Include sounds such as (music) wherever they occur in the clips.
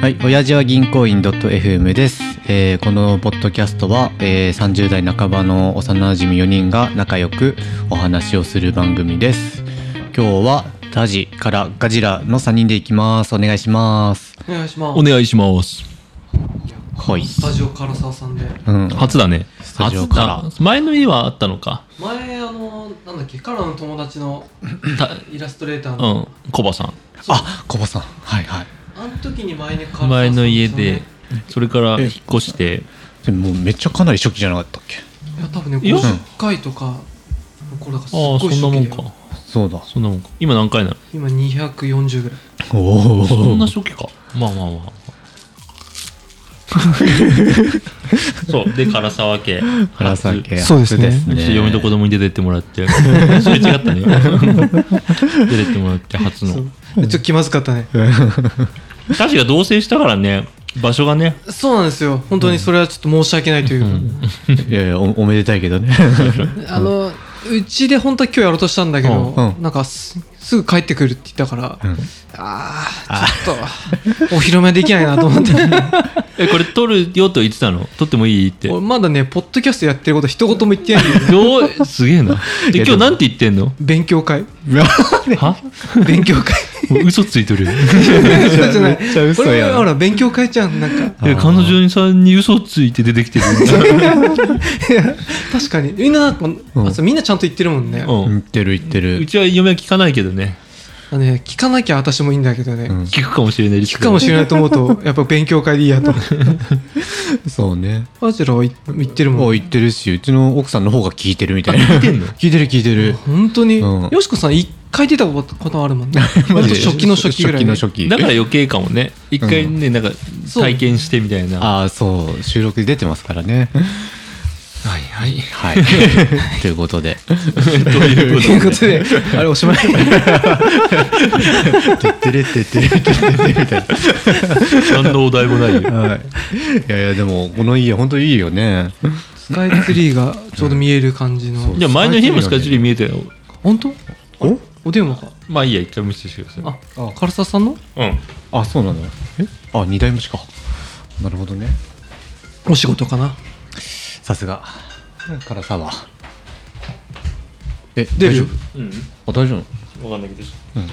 はい、親父は銀行員 .fm です、えーこのポッドキャストは、えー30代半ばの幼馴染4人が仲良くお話をする番組です今日はタジからガジラの3人でいきますお願いしますお願いしますお願いします。はいスタジオ唐沢さんでうん初だね。スタジオから初だ前の家はあったのか。前あのなんだっけカラの友達のたイラストレーターうの、ん、コバさん。あコバさんはいはいあの時に前に唐沢さん前の家でい、それから引っ越して、でももうめっちゃかなり初期じゃなかったっけや多分ねいや50回とかの頃だからすっああ、ごそいんな初も期んだよか。そうだそんなもんか。今何回なの今240ぐらいおおそんな初期か。まあまあまあ。そう。で、唐沢家。原さん家そうですね初初。ちょっと嫁と子供に出てってもらって。それ違ったね。出てってもらって、初そうちの。ょっと気まずかったね確か同棲したからね、場所がね、そうなんですよ本当にそれはちょっと申し訳ないという、いやいやおおめでたいけどねあのうちで本当は今日やろうとしたんだけど、うんうんなんかすすぐ帰ってくるって言ったから、んああちょっとお披露目できないなと思ってえ、これ撮るよと言ってたの撮ってもいいって。俺まだねポッドキャストやってること一言も言っ (laughs) てないんだよどうすげえな。いやでで今も日なんて言ってんの勉強会は勉強 (laughs) 会もう嘘ついてる。嘘じゃないめっちゃ嘘これやんはほら勉強会じゃんなん (laughs) かいや彼女さんに嘘ついて出てきてる。確かにみんななんか、んあそうみんなちゃんと言ってるもんね、う言っんてる言ってうるちは嫁は聞かないけどね。あのね聞かなきゃ私もいいんだけどね、ん聞くかもしれないです聞くけかど。もしれないと思う (laughs) とやっぱ勉強会でいいやとそうねアジラは言ってるももうん言ってるしうちの奥さんの方が聞いてるみたいな聞いてんのる (laughs) 聞いてる本当に、うんよしこさん一回出たことあるもんね (laughs) マジで初期の初期ぐらい、ね、初期の初期だから余計かもね。一回ね、なんかそう体験してみた (laughs) いな。ああそう収録で出てますからねはいはい。はいということでどういうことということで (laughs) あれおしまいてってれてってれてってれみたい何のお題もないよ。 (laughs) なはいいやいやでもこの家本当いいよねスカイツリーがちょうど見える感じのじゃあ前の日もスカジュリ見えたよ。本当おお電話かまあいいや、一回無視してください。ああ唐沢さんのうん。あそうなのえあ二台持ちかなるほどねお仕事かなさすがからさはえ大出る丈よ夫うん。あ大丈夫わかんないけど。うん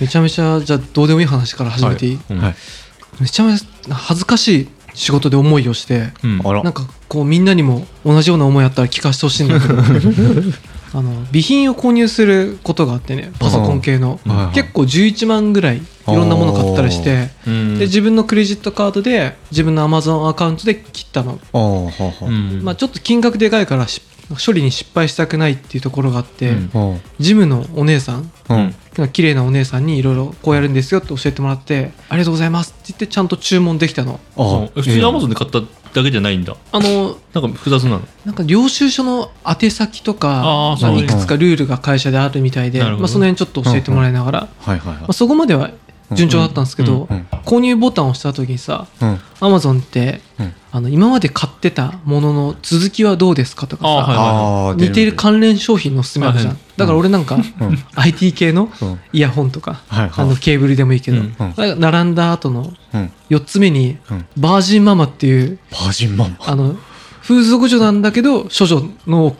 めちゃめちゃじゃあどうでもいい話から始めていい、うんはいめちゃめちゃ恥ずかしい仕事で思いをしてうん。あらなんかこうみんなにも同じような思いあったら聞かせてほしいん (laughs) だけどあの備品を購入することがあってねパソコン系のうんはいはい結構11万ぐらいいろんなもの買ったりしてうんで自分のクレジットカードで自分の Amazon アカウントで切ったの、ああはあはあ、うんまあ、ちょっと金額でかいからし処理に失敗したくないっていうところがあって、うんうんジムのお姉さんうん綺麗なお姉さんにいろいろこうやるんですよって教えてもらってありがとうございますって言ってちゃんと注文できたのそうえ普通にええアマゾンで買っただけじゃないんだ。あのなんか複雑なの。なんか領収書の宛先とかあーそういくつかルールが会社であるみたいで、なるほどまあ、その辺ちょっと教えてもらいながら、まはいはいはいあ、そこまでは順調だったんですけど、うんうん購入ボタンを押した時にさうんアマゾンってうんあの今まで買ってたものの続きはどうですかとかさ、あーはいあー似てる関連商品のおすすめあるじゃん、はいだから俺なんか、うん IT 系のうんイヤホンとか、はいはいあのケーブルでもいいけど、うんうん並んだ後のうん4つ目に、うんバージンママっていうバージンマンあの風俗女なんだけど処女 (laughs) の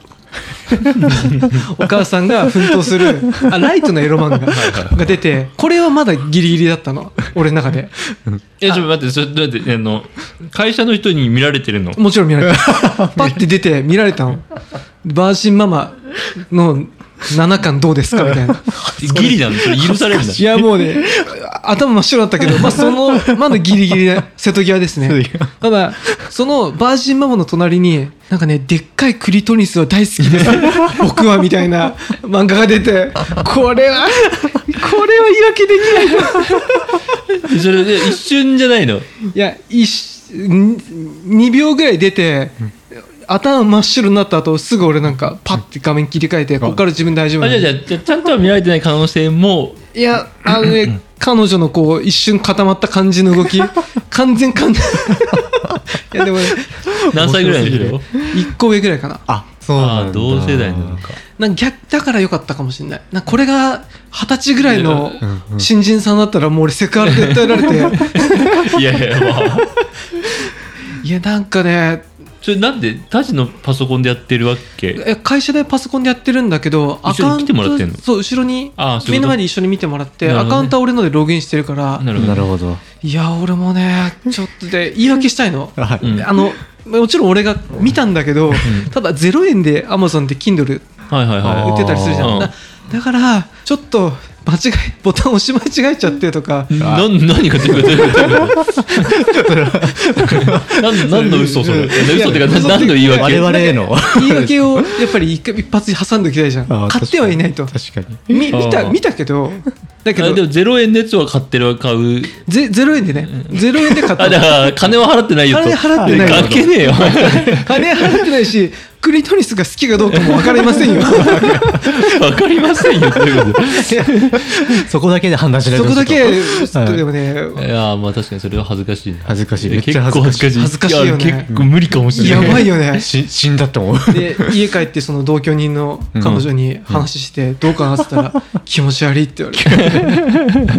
お母さんが奮闘するあライトのエロ漫画が出てこれはまだギリギリだったの俺の中でえ、ちょっと待って、それ、だって、あの、会社の人に見られてるの。もちろん見ら (laughs) れたパッて出て見られたのバージンママの7巻どうですかみたいなギリなの、それ許されるんだい。やもう (laughs) ね頭真っ白だったけど、まあ、そのまだギリギリで瀬戸際です (laughs) ねただそのバージンママの隣になんかねでっかいクリトリスは大好き (laughs) です僕はみたいな漫画が出てこれはこれは言い訳できないそれで、一瞬じゃないの。いや一2秒ぐらい出て頭真っ白になった後すぐ俺なんかパッて画面切り替えてここから自分大丈夫なあ、んじゃであ、じゃあ、じゃあちゃんとは見られてない可能性も。いや、あのね、彼女のこう、一瞬固まった感じの動 (laughs) き、完 (laughs) 全完全。いや、でもね、何歳ぐらいの面白人。 1個上ぐらいかな。あそうあなあんだ同世代なのかなんか逆だから良かったかもしれないなんかこれが二十歳ぐらいのうんうん新人さんだったらもう俺セクハラで訴えられていやいやまあ (laughs) いやなんかねそれなんでタジのパソコンでやってるわけえ会社でパソコンでやってるんだけど一緒に来てもらってんのそう後ろにああそう目いうことの前に一緒に見てもらってなるほアどねカウントは俺のでログインしてるからなるほなどるほどいや俺も (laughs) ねちょっとで言い訳したいのはい、うんあのもちろん俺が見たんだけど、ただ0円で Amazon で Kindle はいはいあ売ーはってたりするじゃうんんだだからちょっと間違いボタン押し間違えちゃってとかいな何が出るか出るか何何の嘘それ嘘ってか何何の言い訳我々への (laughs) 言い訳をやっぱり一回一発挟んでおきたいじゃんあー買ってはいないと確かに (laughs) み見あたー見たけどだけあどでも0円のやつは買ってる買うゼ0円でね0円で買っあただのから金は払ってないよと金払ってないよ関係ねえ (laughs) よ金払ってないしクリトリスが好きかどうかも分かりま (laughs) せんよわかりませんよということいやそこだけで判断しないそでこほしだいとけちょっとでもね、でいやーまあ確かにそれは恥ずかしいな恥ずかしいめっち結ゃ構恥ずか恥しずかしい恥ずかしいよね (laughs) や結構無理かもしれやないばいよいねし死んだって (laughs) 思うで家帰ってその同居人の彼女に話して、どうかなって言ったら (laughs) 「気持ち悪い」って言われて (laughs) 確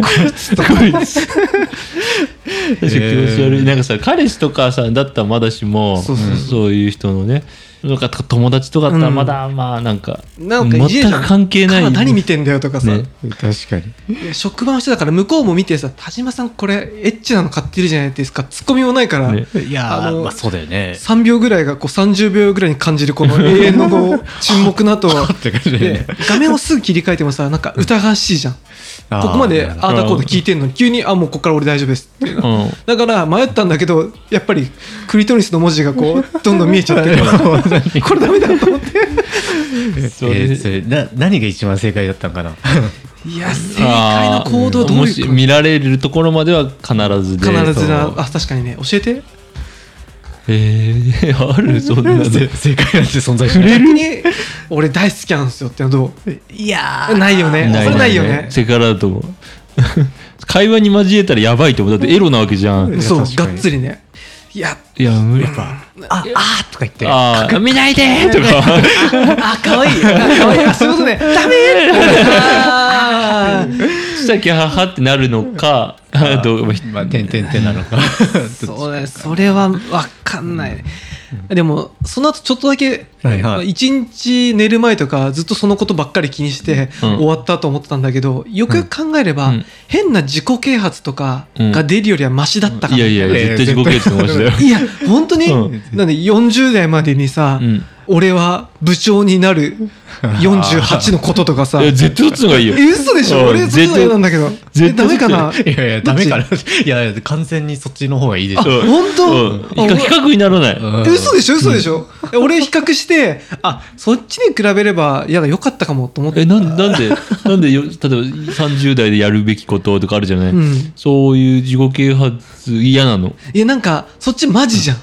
かに気持ち悪い、なんかさ彼氏とかさだったらまだしもそそううそうそういう人のねなんか友達とかだったらうんまだ、まあなんかなんか全く関係ないから何見てんだよとかさ、ね確かにいや職場の人だから向こうも見てさ「田島さんこれエッチなの買ってるじゃないですか」ツッコミもないから、ねいやーあのまあそうだよね3秒ぐらいがこう30秒ぐらいに感じるこの永遠のこ (laughs) う沈黙の後はて感じだよねで画面をすぐ切り替えてもさなんか疑わしいじゃんこあーこまでああだこうだ聞いてんのに急に「あもうここから俺大丈夫です」ってうんだから迷ったんだけどやっぱりクリトリスの文字がこうどんどん見えちゃ (laughs) ってこれダメだと思ってそえれーそれな何が一番正解だったんかないや正解の行動どうもいしう見られるところまでは必ずで必ずなそうあ確かにね教えてえー、ある (laughs) そんなのせ (laughs) 正解なんて存在しない逆に俺大好きなんですよってのどういやないよねそれないよねセクハラだと思う (laughs) 会話に交えたらやばいと思うだってエロなわけじゃんそう確かにがっつりねいやいや無理ああーとか言ってああ見ないでーとかあ可愛いあ可愛いあそういうことねダメあーさっきははってなるのか、あと、まあ点々点なの (laughs) かそうだねそれは分かんない、でもその後ちょっとだけはいはい一日寝る前とかずっとそのことばっかり気にしてうん終わったと思ってたんだけどよくよく考えれば、うん変な自己啓発とかが出るよりはマシだったから、いやえいや、ー絶対自己啓発の話だよ。いや本当に、うんなんで40代までにさ、うん俺は部長になる48のこととかさ (laughs) いや、絶対打つのがいいよ。え嘘でしょうん俺そういうの嫌なんだけどえ絶ダ対メかないやいやダどっちメかないやいや完全にそっちの方がいいでしょうん本当うん比較比較にならない。うん嘘でしょ嘘でしょ、俺比較してあそっちに比べればいや良かったかもと思ってえ、なんなんで、なんでよ、例えば30代でやるべきこととかあるじゃない、うんそういう自己啓発嫌なの。いやなんかそっちマジじゃん、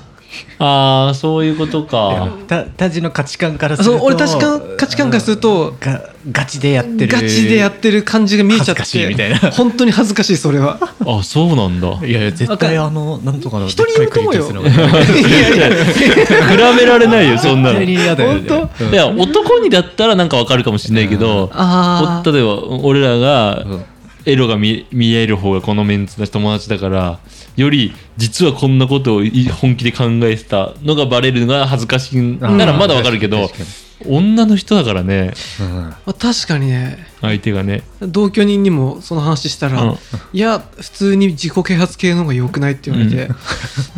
ああ、そういうことか。たタジの価値観からするそうと俺確か価値観からするとがガチでやってるガチでやってる感じが見えちゃって恥ずかしいみたいな本当に恥ずかしいそれはあ、そうなんだ。いやいや絶対あのなんとかの一人いると思うよでっかいクリトリスの方が比べられないよ、そんな絶の。対にい嫌だよね本うんや、男にだったらなんかわかるかもしれないけど、あお例えば俺らがうんエロが見見える方がこのメンツの友達だからより実はこんなことをい本気で考えてたのがバレるのが恥ずかしいあーならまだわかるけど確かに女の人だからねうんあ確かにね相手がね同居人にもその話したら、うんいや普通に自己啓発系の方が良くないって言われて、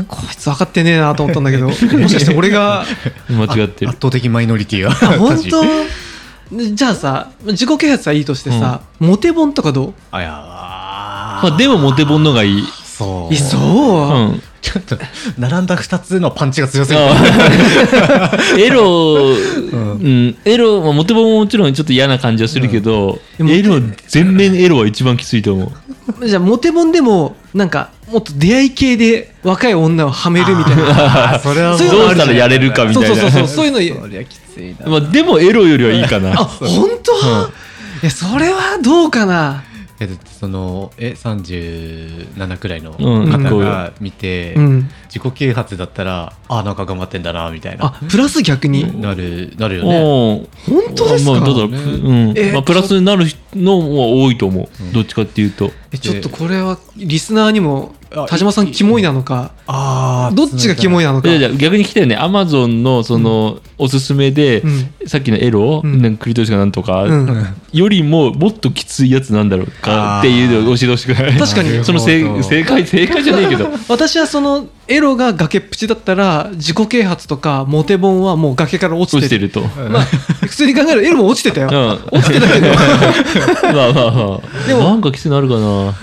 こいつ分かってねえなと思ったんだけどもしかして俺が間違ってる圧倒的マイノリティが (laughs) あ本タジ当でじゃあさ自己啓発はいいとしてさ、モテ本とかどうあいやあーまあ、でもモテボンのがいい、そういそう、うん、ちょっと並んだ2つのパンチが強すぎてあ (laughs) ーエロ、うん、エロ、まあ、モテボンももちろんちょっと嫌な感じはするけど、うんエロ全面エロは一番きついと思うじゃあモテ本でもなんかもっと出会い系で若い女をはめるみたいなあーそれはもそういうのどうあるしじゃたんらやれる (laughs) かみたそいうなそうそうそうそういうそのりゃきついなまあ、でもエロよりはいいかなあ本当、いやそれはどうかなえだってそのえ37くらいのうんかっ方こいいが見て、うん、自己啓発だったらあなんか頑張ってんだなみたいなあプラス逆になるなるよね。おー本当ですか、まあ、だから、ねうんえまあ、プラスになるのは多いと思うう、んどっちかっていうとえちょっとこれはリスナーにも田島さんキモいなのかあどっちがキモいいなのかいやいや逆に来たよねアマゾンのその、おすすめで、うんさっきのエロ、うんなんかクリトリスがなんとか、うんよりももっときついやつなんだろうかっていうのを教えてほしくない確かにそのせなるほどい正解正解じゃねえけど (laughs) 私はそのエロが崖っぷちだったら自己啓発とかモテ本はもう崖から落ち落てちてるると、うん、まあ普通に考えるエロも落ちてたよ、落ちてた (laughs) けどまあまあまあでもなんかきついのあるかな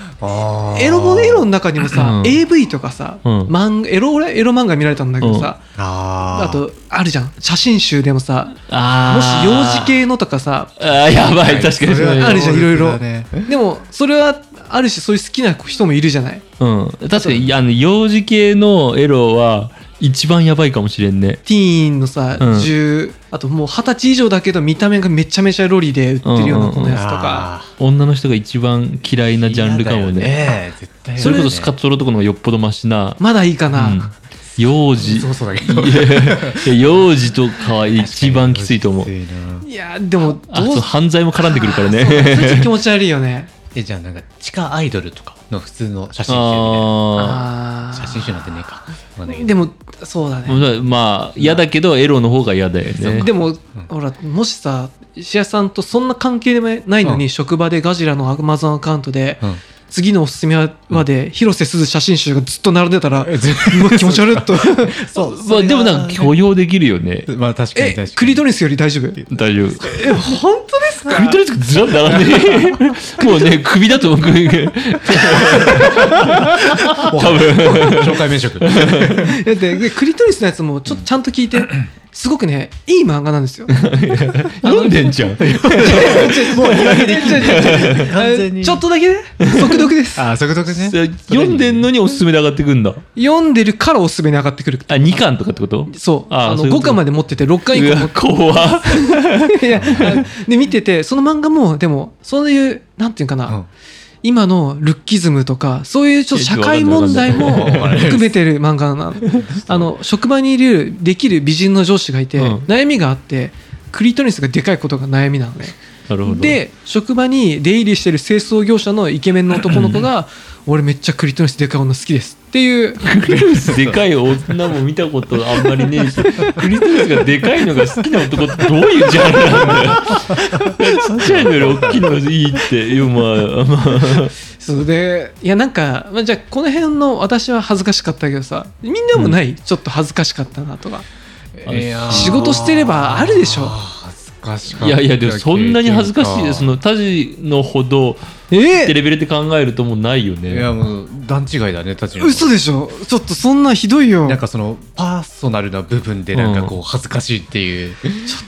エロもエロの中にもさ、うん AV とかさ、うん漫画エロ俺エロ漫画見られたんだけどさ、あーあとあるじゃん写真集でもさもしあ幼児系のとかさあーやばい確かにそれはあるじゃんいろいろそうだねでもそれはあるしそういう好きな人もいるじゃないうん、確かにあの幼児系のエロは一番やばいかもしれんねティーンのさ、うん10あともう二十歳以上だけど見た目がめちゃめちゃロリで売ってるようなこのやつとあか、ー女の人が一番嫌いなジャンルかも嫌ねだよね絶対それこそスカトロとかの方がよっぽどマシな、まだいいかな、うん幼児いそうそうだけどやいや幼児とかは一番きついと思うきついないやでもあどそうう犯罪も絡んでくるからそうそれねちょっと気持ち悪いよねえじゃあなんか地下アイドルとかの普通の写真集みたいなああ写ー真集なんてねえかわかんないけどでもそうだね、 (laughs) あまあ嫌だけどエロの方が嫌だよねでも、ほらもしさ石屋さんとそんな関係でもないのに、うん職場でガジラのアマゾンアカウントで、 (laughs) うん次のおすすめは、で広瀬すず写真集がずっと並んでたら、うずわ気持ち悪いと (laughs) そうまあ、でもなんか許容できるよねまあ確かに確かえにクリトリスより大丈夫大丈夫え本当です首取りつくずらっと並んでもうね首だと思う首が多分 (laughs) 紹介名職 (laughs) だってでクリトリスのやつもちょっとちゃんと聞いてすごくねいい漫画なんですよ読んでんじゃんもう言い訳でき (laughs) 完全にちょっとだけ (laughs) ね速読で (laughs) すあ速読 (laughs) ね読んでんのにおすすめで上がってくんだ読んでるからおすすめに上がってくるあ2巻とかってことそうああのそういうこと5巻まで持ってて6巻以う降わ怖 (laughs) いやあで見ててその漫画もでもそういうなんていうかな、うん今のルッキズムとかそういうちょっと社会問題 (laughs) もわかんないわかんない含めてる漫画なのあの職場にいるできる美人の上司がいて、うん悩みがあってクリトリスがでかいことが悩みなのねなるほどで職場に出入りしてる清掃業者のイケメンの男の子が「俺めっちゃクリトリスでかい女好きです」って (laughs) いうクリトリスでかい女も見たことあんまりねえしクリトリスがでかいのが好きな男ってどういうジャンルなんだよちっちゃいのより大きいのがいいっていやまあまあそうでいやなんか、まあ、じゃあこの辺の私は恥ずかしかったけどさみんなもない、ちょっと恥ずかしかったなとかいやー仕事してればあるでしょ恥ずかしかったいやいやでもそんなに恥ずかしいそのの他事のほどえってレベルって考えるともうないよいねやもう段違いだね立ち嘘でしょちょっとそんなひどいよなんちょかそのパーソナルな部分でなんかこう恥ずかしいっていうっ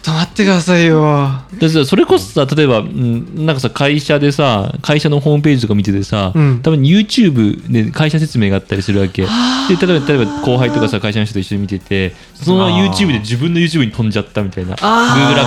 と待ってくださいよだってさそれこそさ例えば、うん、なんかさ会社でさ会社のホームページとか見ててさ、うん多分 YouTube で会社説明があったりするわけで例えば例えば後輩とかさ会社の人と一緒に見ててそのままあー YouTube で自分の YouTube に飛んじゃったみたいな Google アカウントあー入ってるから、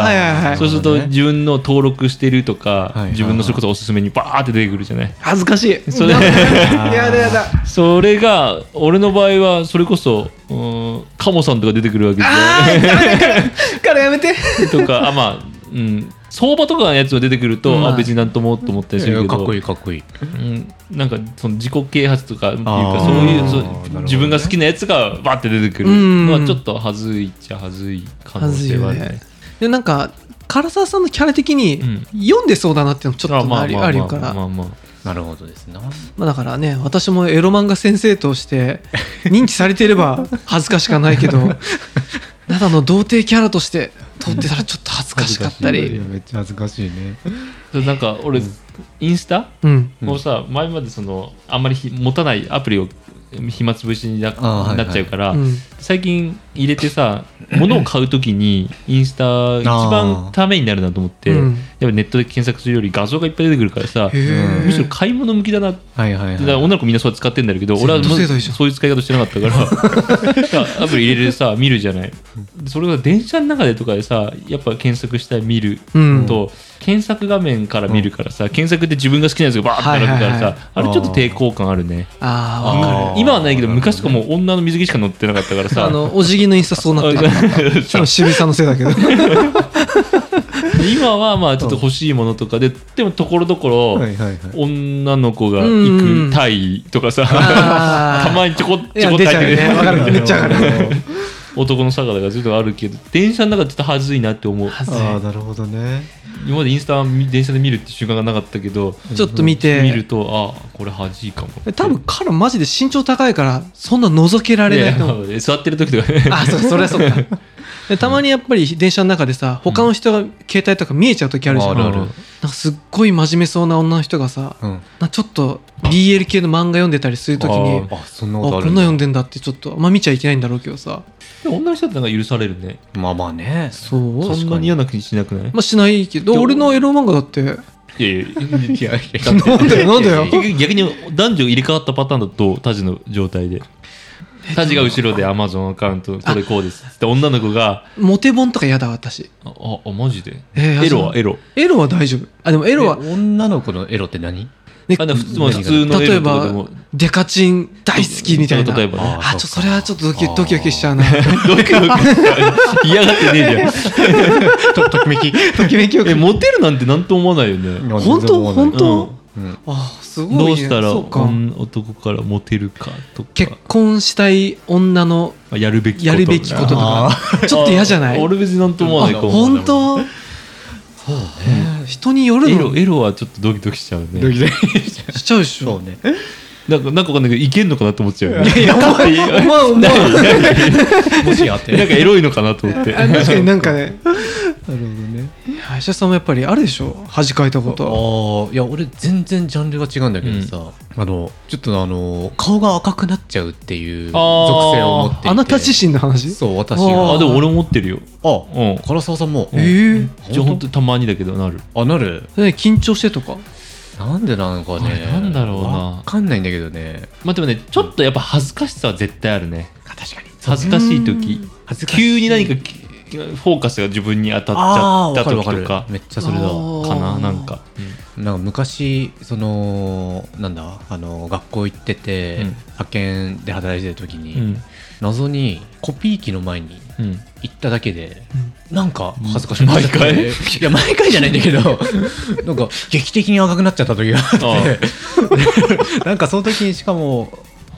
はいはいはいそうするなとるほどね自分の登録してるとか、いはいはい自分のそれこそおすすめにバーって出てくるじゃない恥ずかしいそれなんかやだやだそれが俺の場合はそれこそうんカモさんとか出てくるわけじゃないあーやめてからからやめてとか、あまあ、うん、相場とかのやつが出てくると、まああ、別になんともと思ったりすいるやけど、かっこいいかっこいいうん、なんかその自己啓発とかっていあうか、ーそういなうるほどそうね自分が好きなやつがバって出てくるうんのは、ちょっとはずいっちゃはずい可能恥ずい性はよあるね。ねでなんか唐沢さんのキャラ的にうん読んでそうだなっていうのちょっとありあるかまらあまあなるほどですなまあだからね私もエロ漫画先生として認知されてれば恥ずかしかないけどただの童貞キャラとして通ってたらちょっと恥ずかしかった恥ずかしいりよめっちゃ恥ずかしいねそうなんか俺、インスタうんうんもうさ、前までそのあんまりひ持たないアプリを暇つぶしになあーはいなっちゃうから、うん最近入れてさ物を買うときにインスタ一番ためになるなと思って、うんやっぱネットで検索するより画像がいっぱい出てくるからさへーむしろ買い物向きだなってはいはいだからはい女の子みんなそう使ってんだけど俺はもう同世代じゃんそういう使い方してなかったか (laughs) らさアプリ入れてさ見るじゃないそれが電車の中でとかでさやっぱ検索したり見るうんと、検索画面から見るからさ、検索で自分が好きなやつがバーって並ぶからさ、はいはいはあれちょっと抵抗感あるねああ、わかる。あー今はないけどなるほどね昔とかもう女の水着しか載ってなかったからさあの、お辞儀のインスタそうなってる。多 (laughs) (laughs) 分渋井さんのせいだけど。今はまあちょっと欲しいものとかで、でもところどころ、はいはいはい女の子がうん行うんくタイとかさ、 (laughs) あー (laughs) たまにちょこいちや、ょこっ出とちゃう入よってね。わかる。めっちゃわかる。男の姿がずっとあるけど電車の中でちょっと恥ずいなって思うはずいああなるほどね今までインスタはみ電車で見るって習慣がなかったけどちょっと見て。見るとあこれ恥ずいかも多分彼らマジで身長高いからそんな覗けられないと思う。いや座ってる時とかね (laughs) あ、そう、それはそうか。でたまにやっぱり電車の中でさ、他の人が携帯とか見えちゃう時あるじゃん。あるあるなんかすっごい真面目そうな女の人がさ、うんなんかちょっと BL 系の漫画読んでたりする時に、あ、あそんなこことあんなるんだ読んでんだってちょっと、あんまあ見ちゃいけないんだろうけどさ。でも女の人だってなんか許されるねまあまあねそうそんなに嫌な気しなくないまあしないけど、でも俺のエロ漫画だって、いやいや (laughs) いやだってなんだよ、なんだよ。逆に逆に男女入れ替わったパターンだとタジの状態でタジが後ろでアマゾンアカウントこれこうですって女の子がモテ本とか嫌だ、私。 「ああマジでえーエロはエロエロは大丈夫。あ、でもエエロロはは、女の子のエロって何ねあでも普通も普通のエ例ロえとかでばもデカチン大好きみたいな例えばねあちょっとそそっかれはちょっとドキドキドキしち (laughs) ゃうなとドキドキ嫌がってねえじゃんとときめ (laughs) ききめきよくえモテるなんて何とも思わないよね本当本当、うんあすごい、ね、どうしたらそうか、うん男からモテるかと結か婚したい女のまあやるべきことやるべきこととあかちょっと嫌じゃないあ俺別に何とも思わないかも本当うん人によるエのロエロはちょっとドキドキしちゃうねドキドキ (laughs) しちゃうでしそょうねなんかなんかわかんないけどいけんのかなと思っちゃうよねい (laughs) やお前お前お前もしやってなんかエロいのかなと思ってあ確かになんかねほどね歯医者さんもやっぱりあるでしょ恥かいたことああいや俺全然ジャンルが違うんだけどさ、あのちょっとあの顔が赤くなっちゃうっていう属性を持っていてあなた自身の話そう私あがああでも俺も持ってるようん唐沢さんもえーじゃあ本当にたまにだけどなるあなるえ緊張してとかなんでなのかあねれなんだろうなわかんないんだけどねまあでもねちょっとやっぱ恥ずかしさは絶対あるね確かに恥ずかしい時恥ずかしい急に何かきフォーカスが自分に当たっちあゃあった分かる分時かるとかめっちゃそれだわあーかななんか、なんか昔そのなんだあの学校行ってて、うん派遣で働いてる時に、うん謎にコピー機の前にうん行っただけで、なんか恥ずかしくなっちゃって毎回いや毎回じゃないんだけ (laughs) どなんか劇的に赤くなっちゃった時があって (laughs) なんかその時にしかも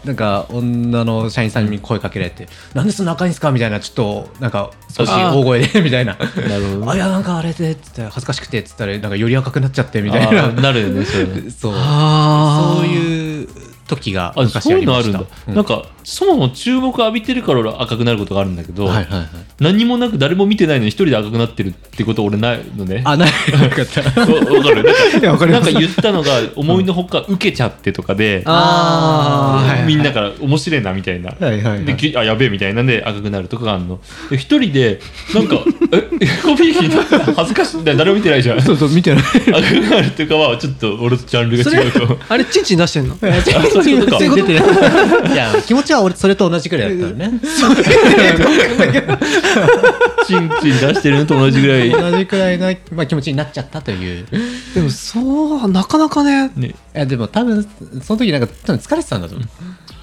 なんか女の社員さんに声かけられて「なんでそんな赤いんですか?」みたいなちょっとなんか少し大声でみたいな「なるほどあいやなんかあれで」っつって恥ずかしくてっつったらなんかより赤くなっちゃってみたいあーななるよね (laughs) それねそうああそういう時があ昔そうあいうりのあましるんただ、なんかそもそも注目浴びてるから俺赤くなることがあるんだけうど、んはいはいはい何もなく誰も見てないのに一人で赤くなってるってこと俺ないのね (laughs) あないなかったわわかるなんかいやわかりなんまかす言ったのが思いのほか受けちゃってとかで、あーはいはいみんなから面白いなみたいな。 (laughs) はいはいできあやべえみたいなんで赤くなるとかがあるので一人でなんか「えコピー機恥ずかしい」誰も見てないじゃん赤そうそう見てないくなるとかはちょっと俺とジャンルそが違れうと思うあれチンチン出してんのいや違あ (laughs) そういうことか違出てないいや気持ちは俺それと同じくらいだったのねチンチン出してるのと同じぐらい、同じくらいな、まあ、気持ちになっちゃったといういでもそうなかなかねね、やでも多分その時なんか多分疲れてたんだと思う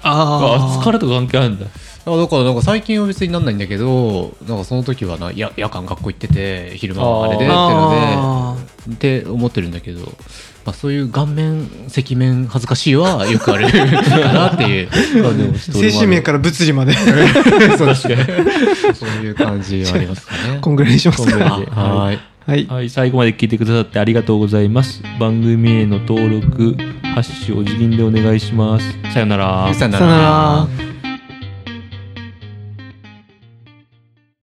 あああ疲れとか関係あるんだあだからなんか最近は別になんないんだけどなんかその時はないや夜間学校行ってて昼間はあれでってのあでって思ってるんだけど、まあ、そういう顔面赤面恥ずかしいはよくあるかなっていうー精神面から物理ま (laughs) でそうそういう感じはありますかねこんぐらいにしますこんぐらかいではいはいはい、最後まで聞いてくださってありがとうございます。番組への登録、ハッシュお辞儀でお願いします。さよなら。さよなさよならら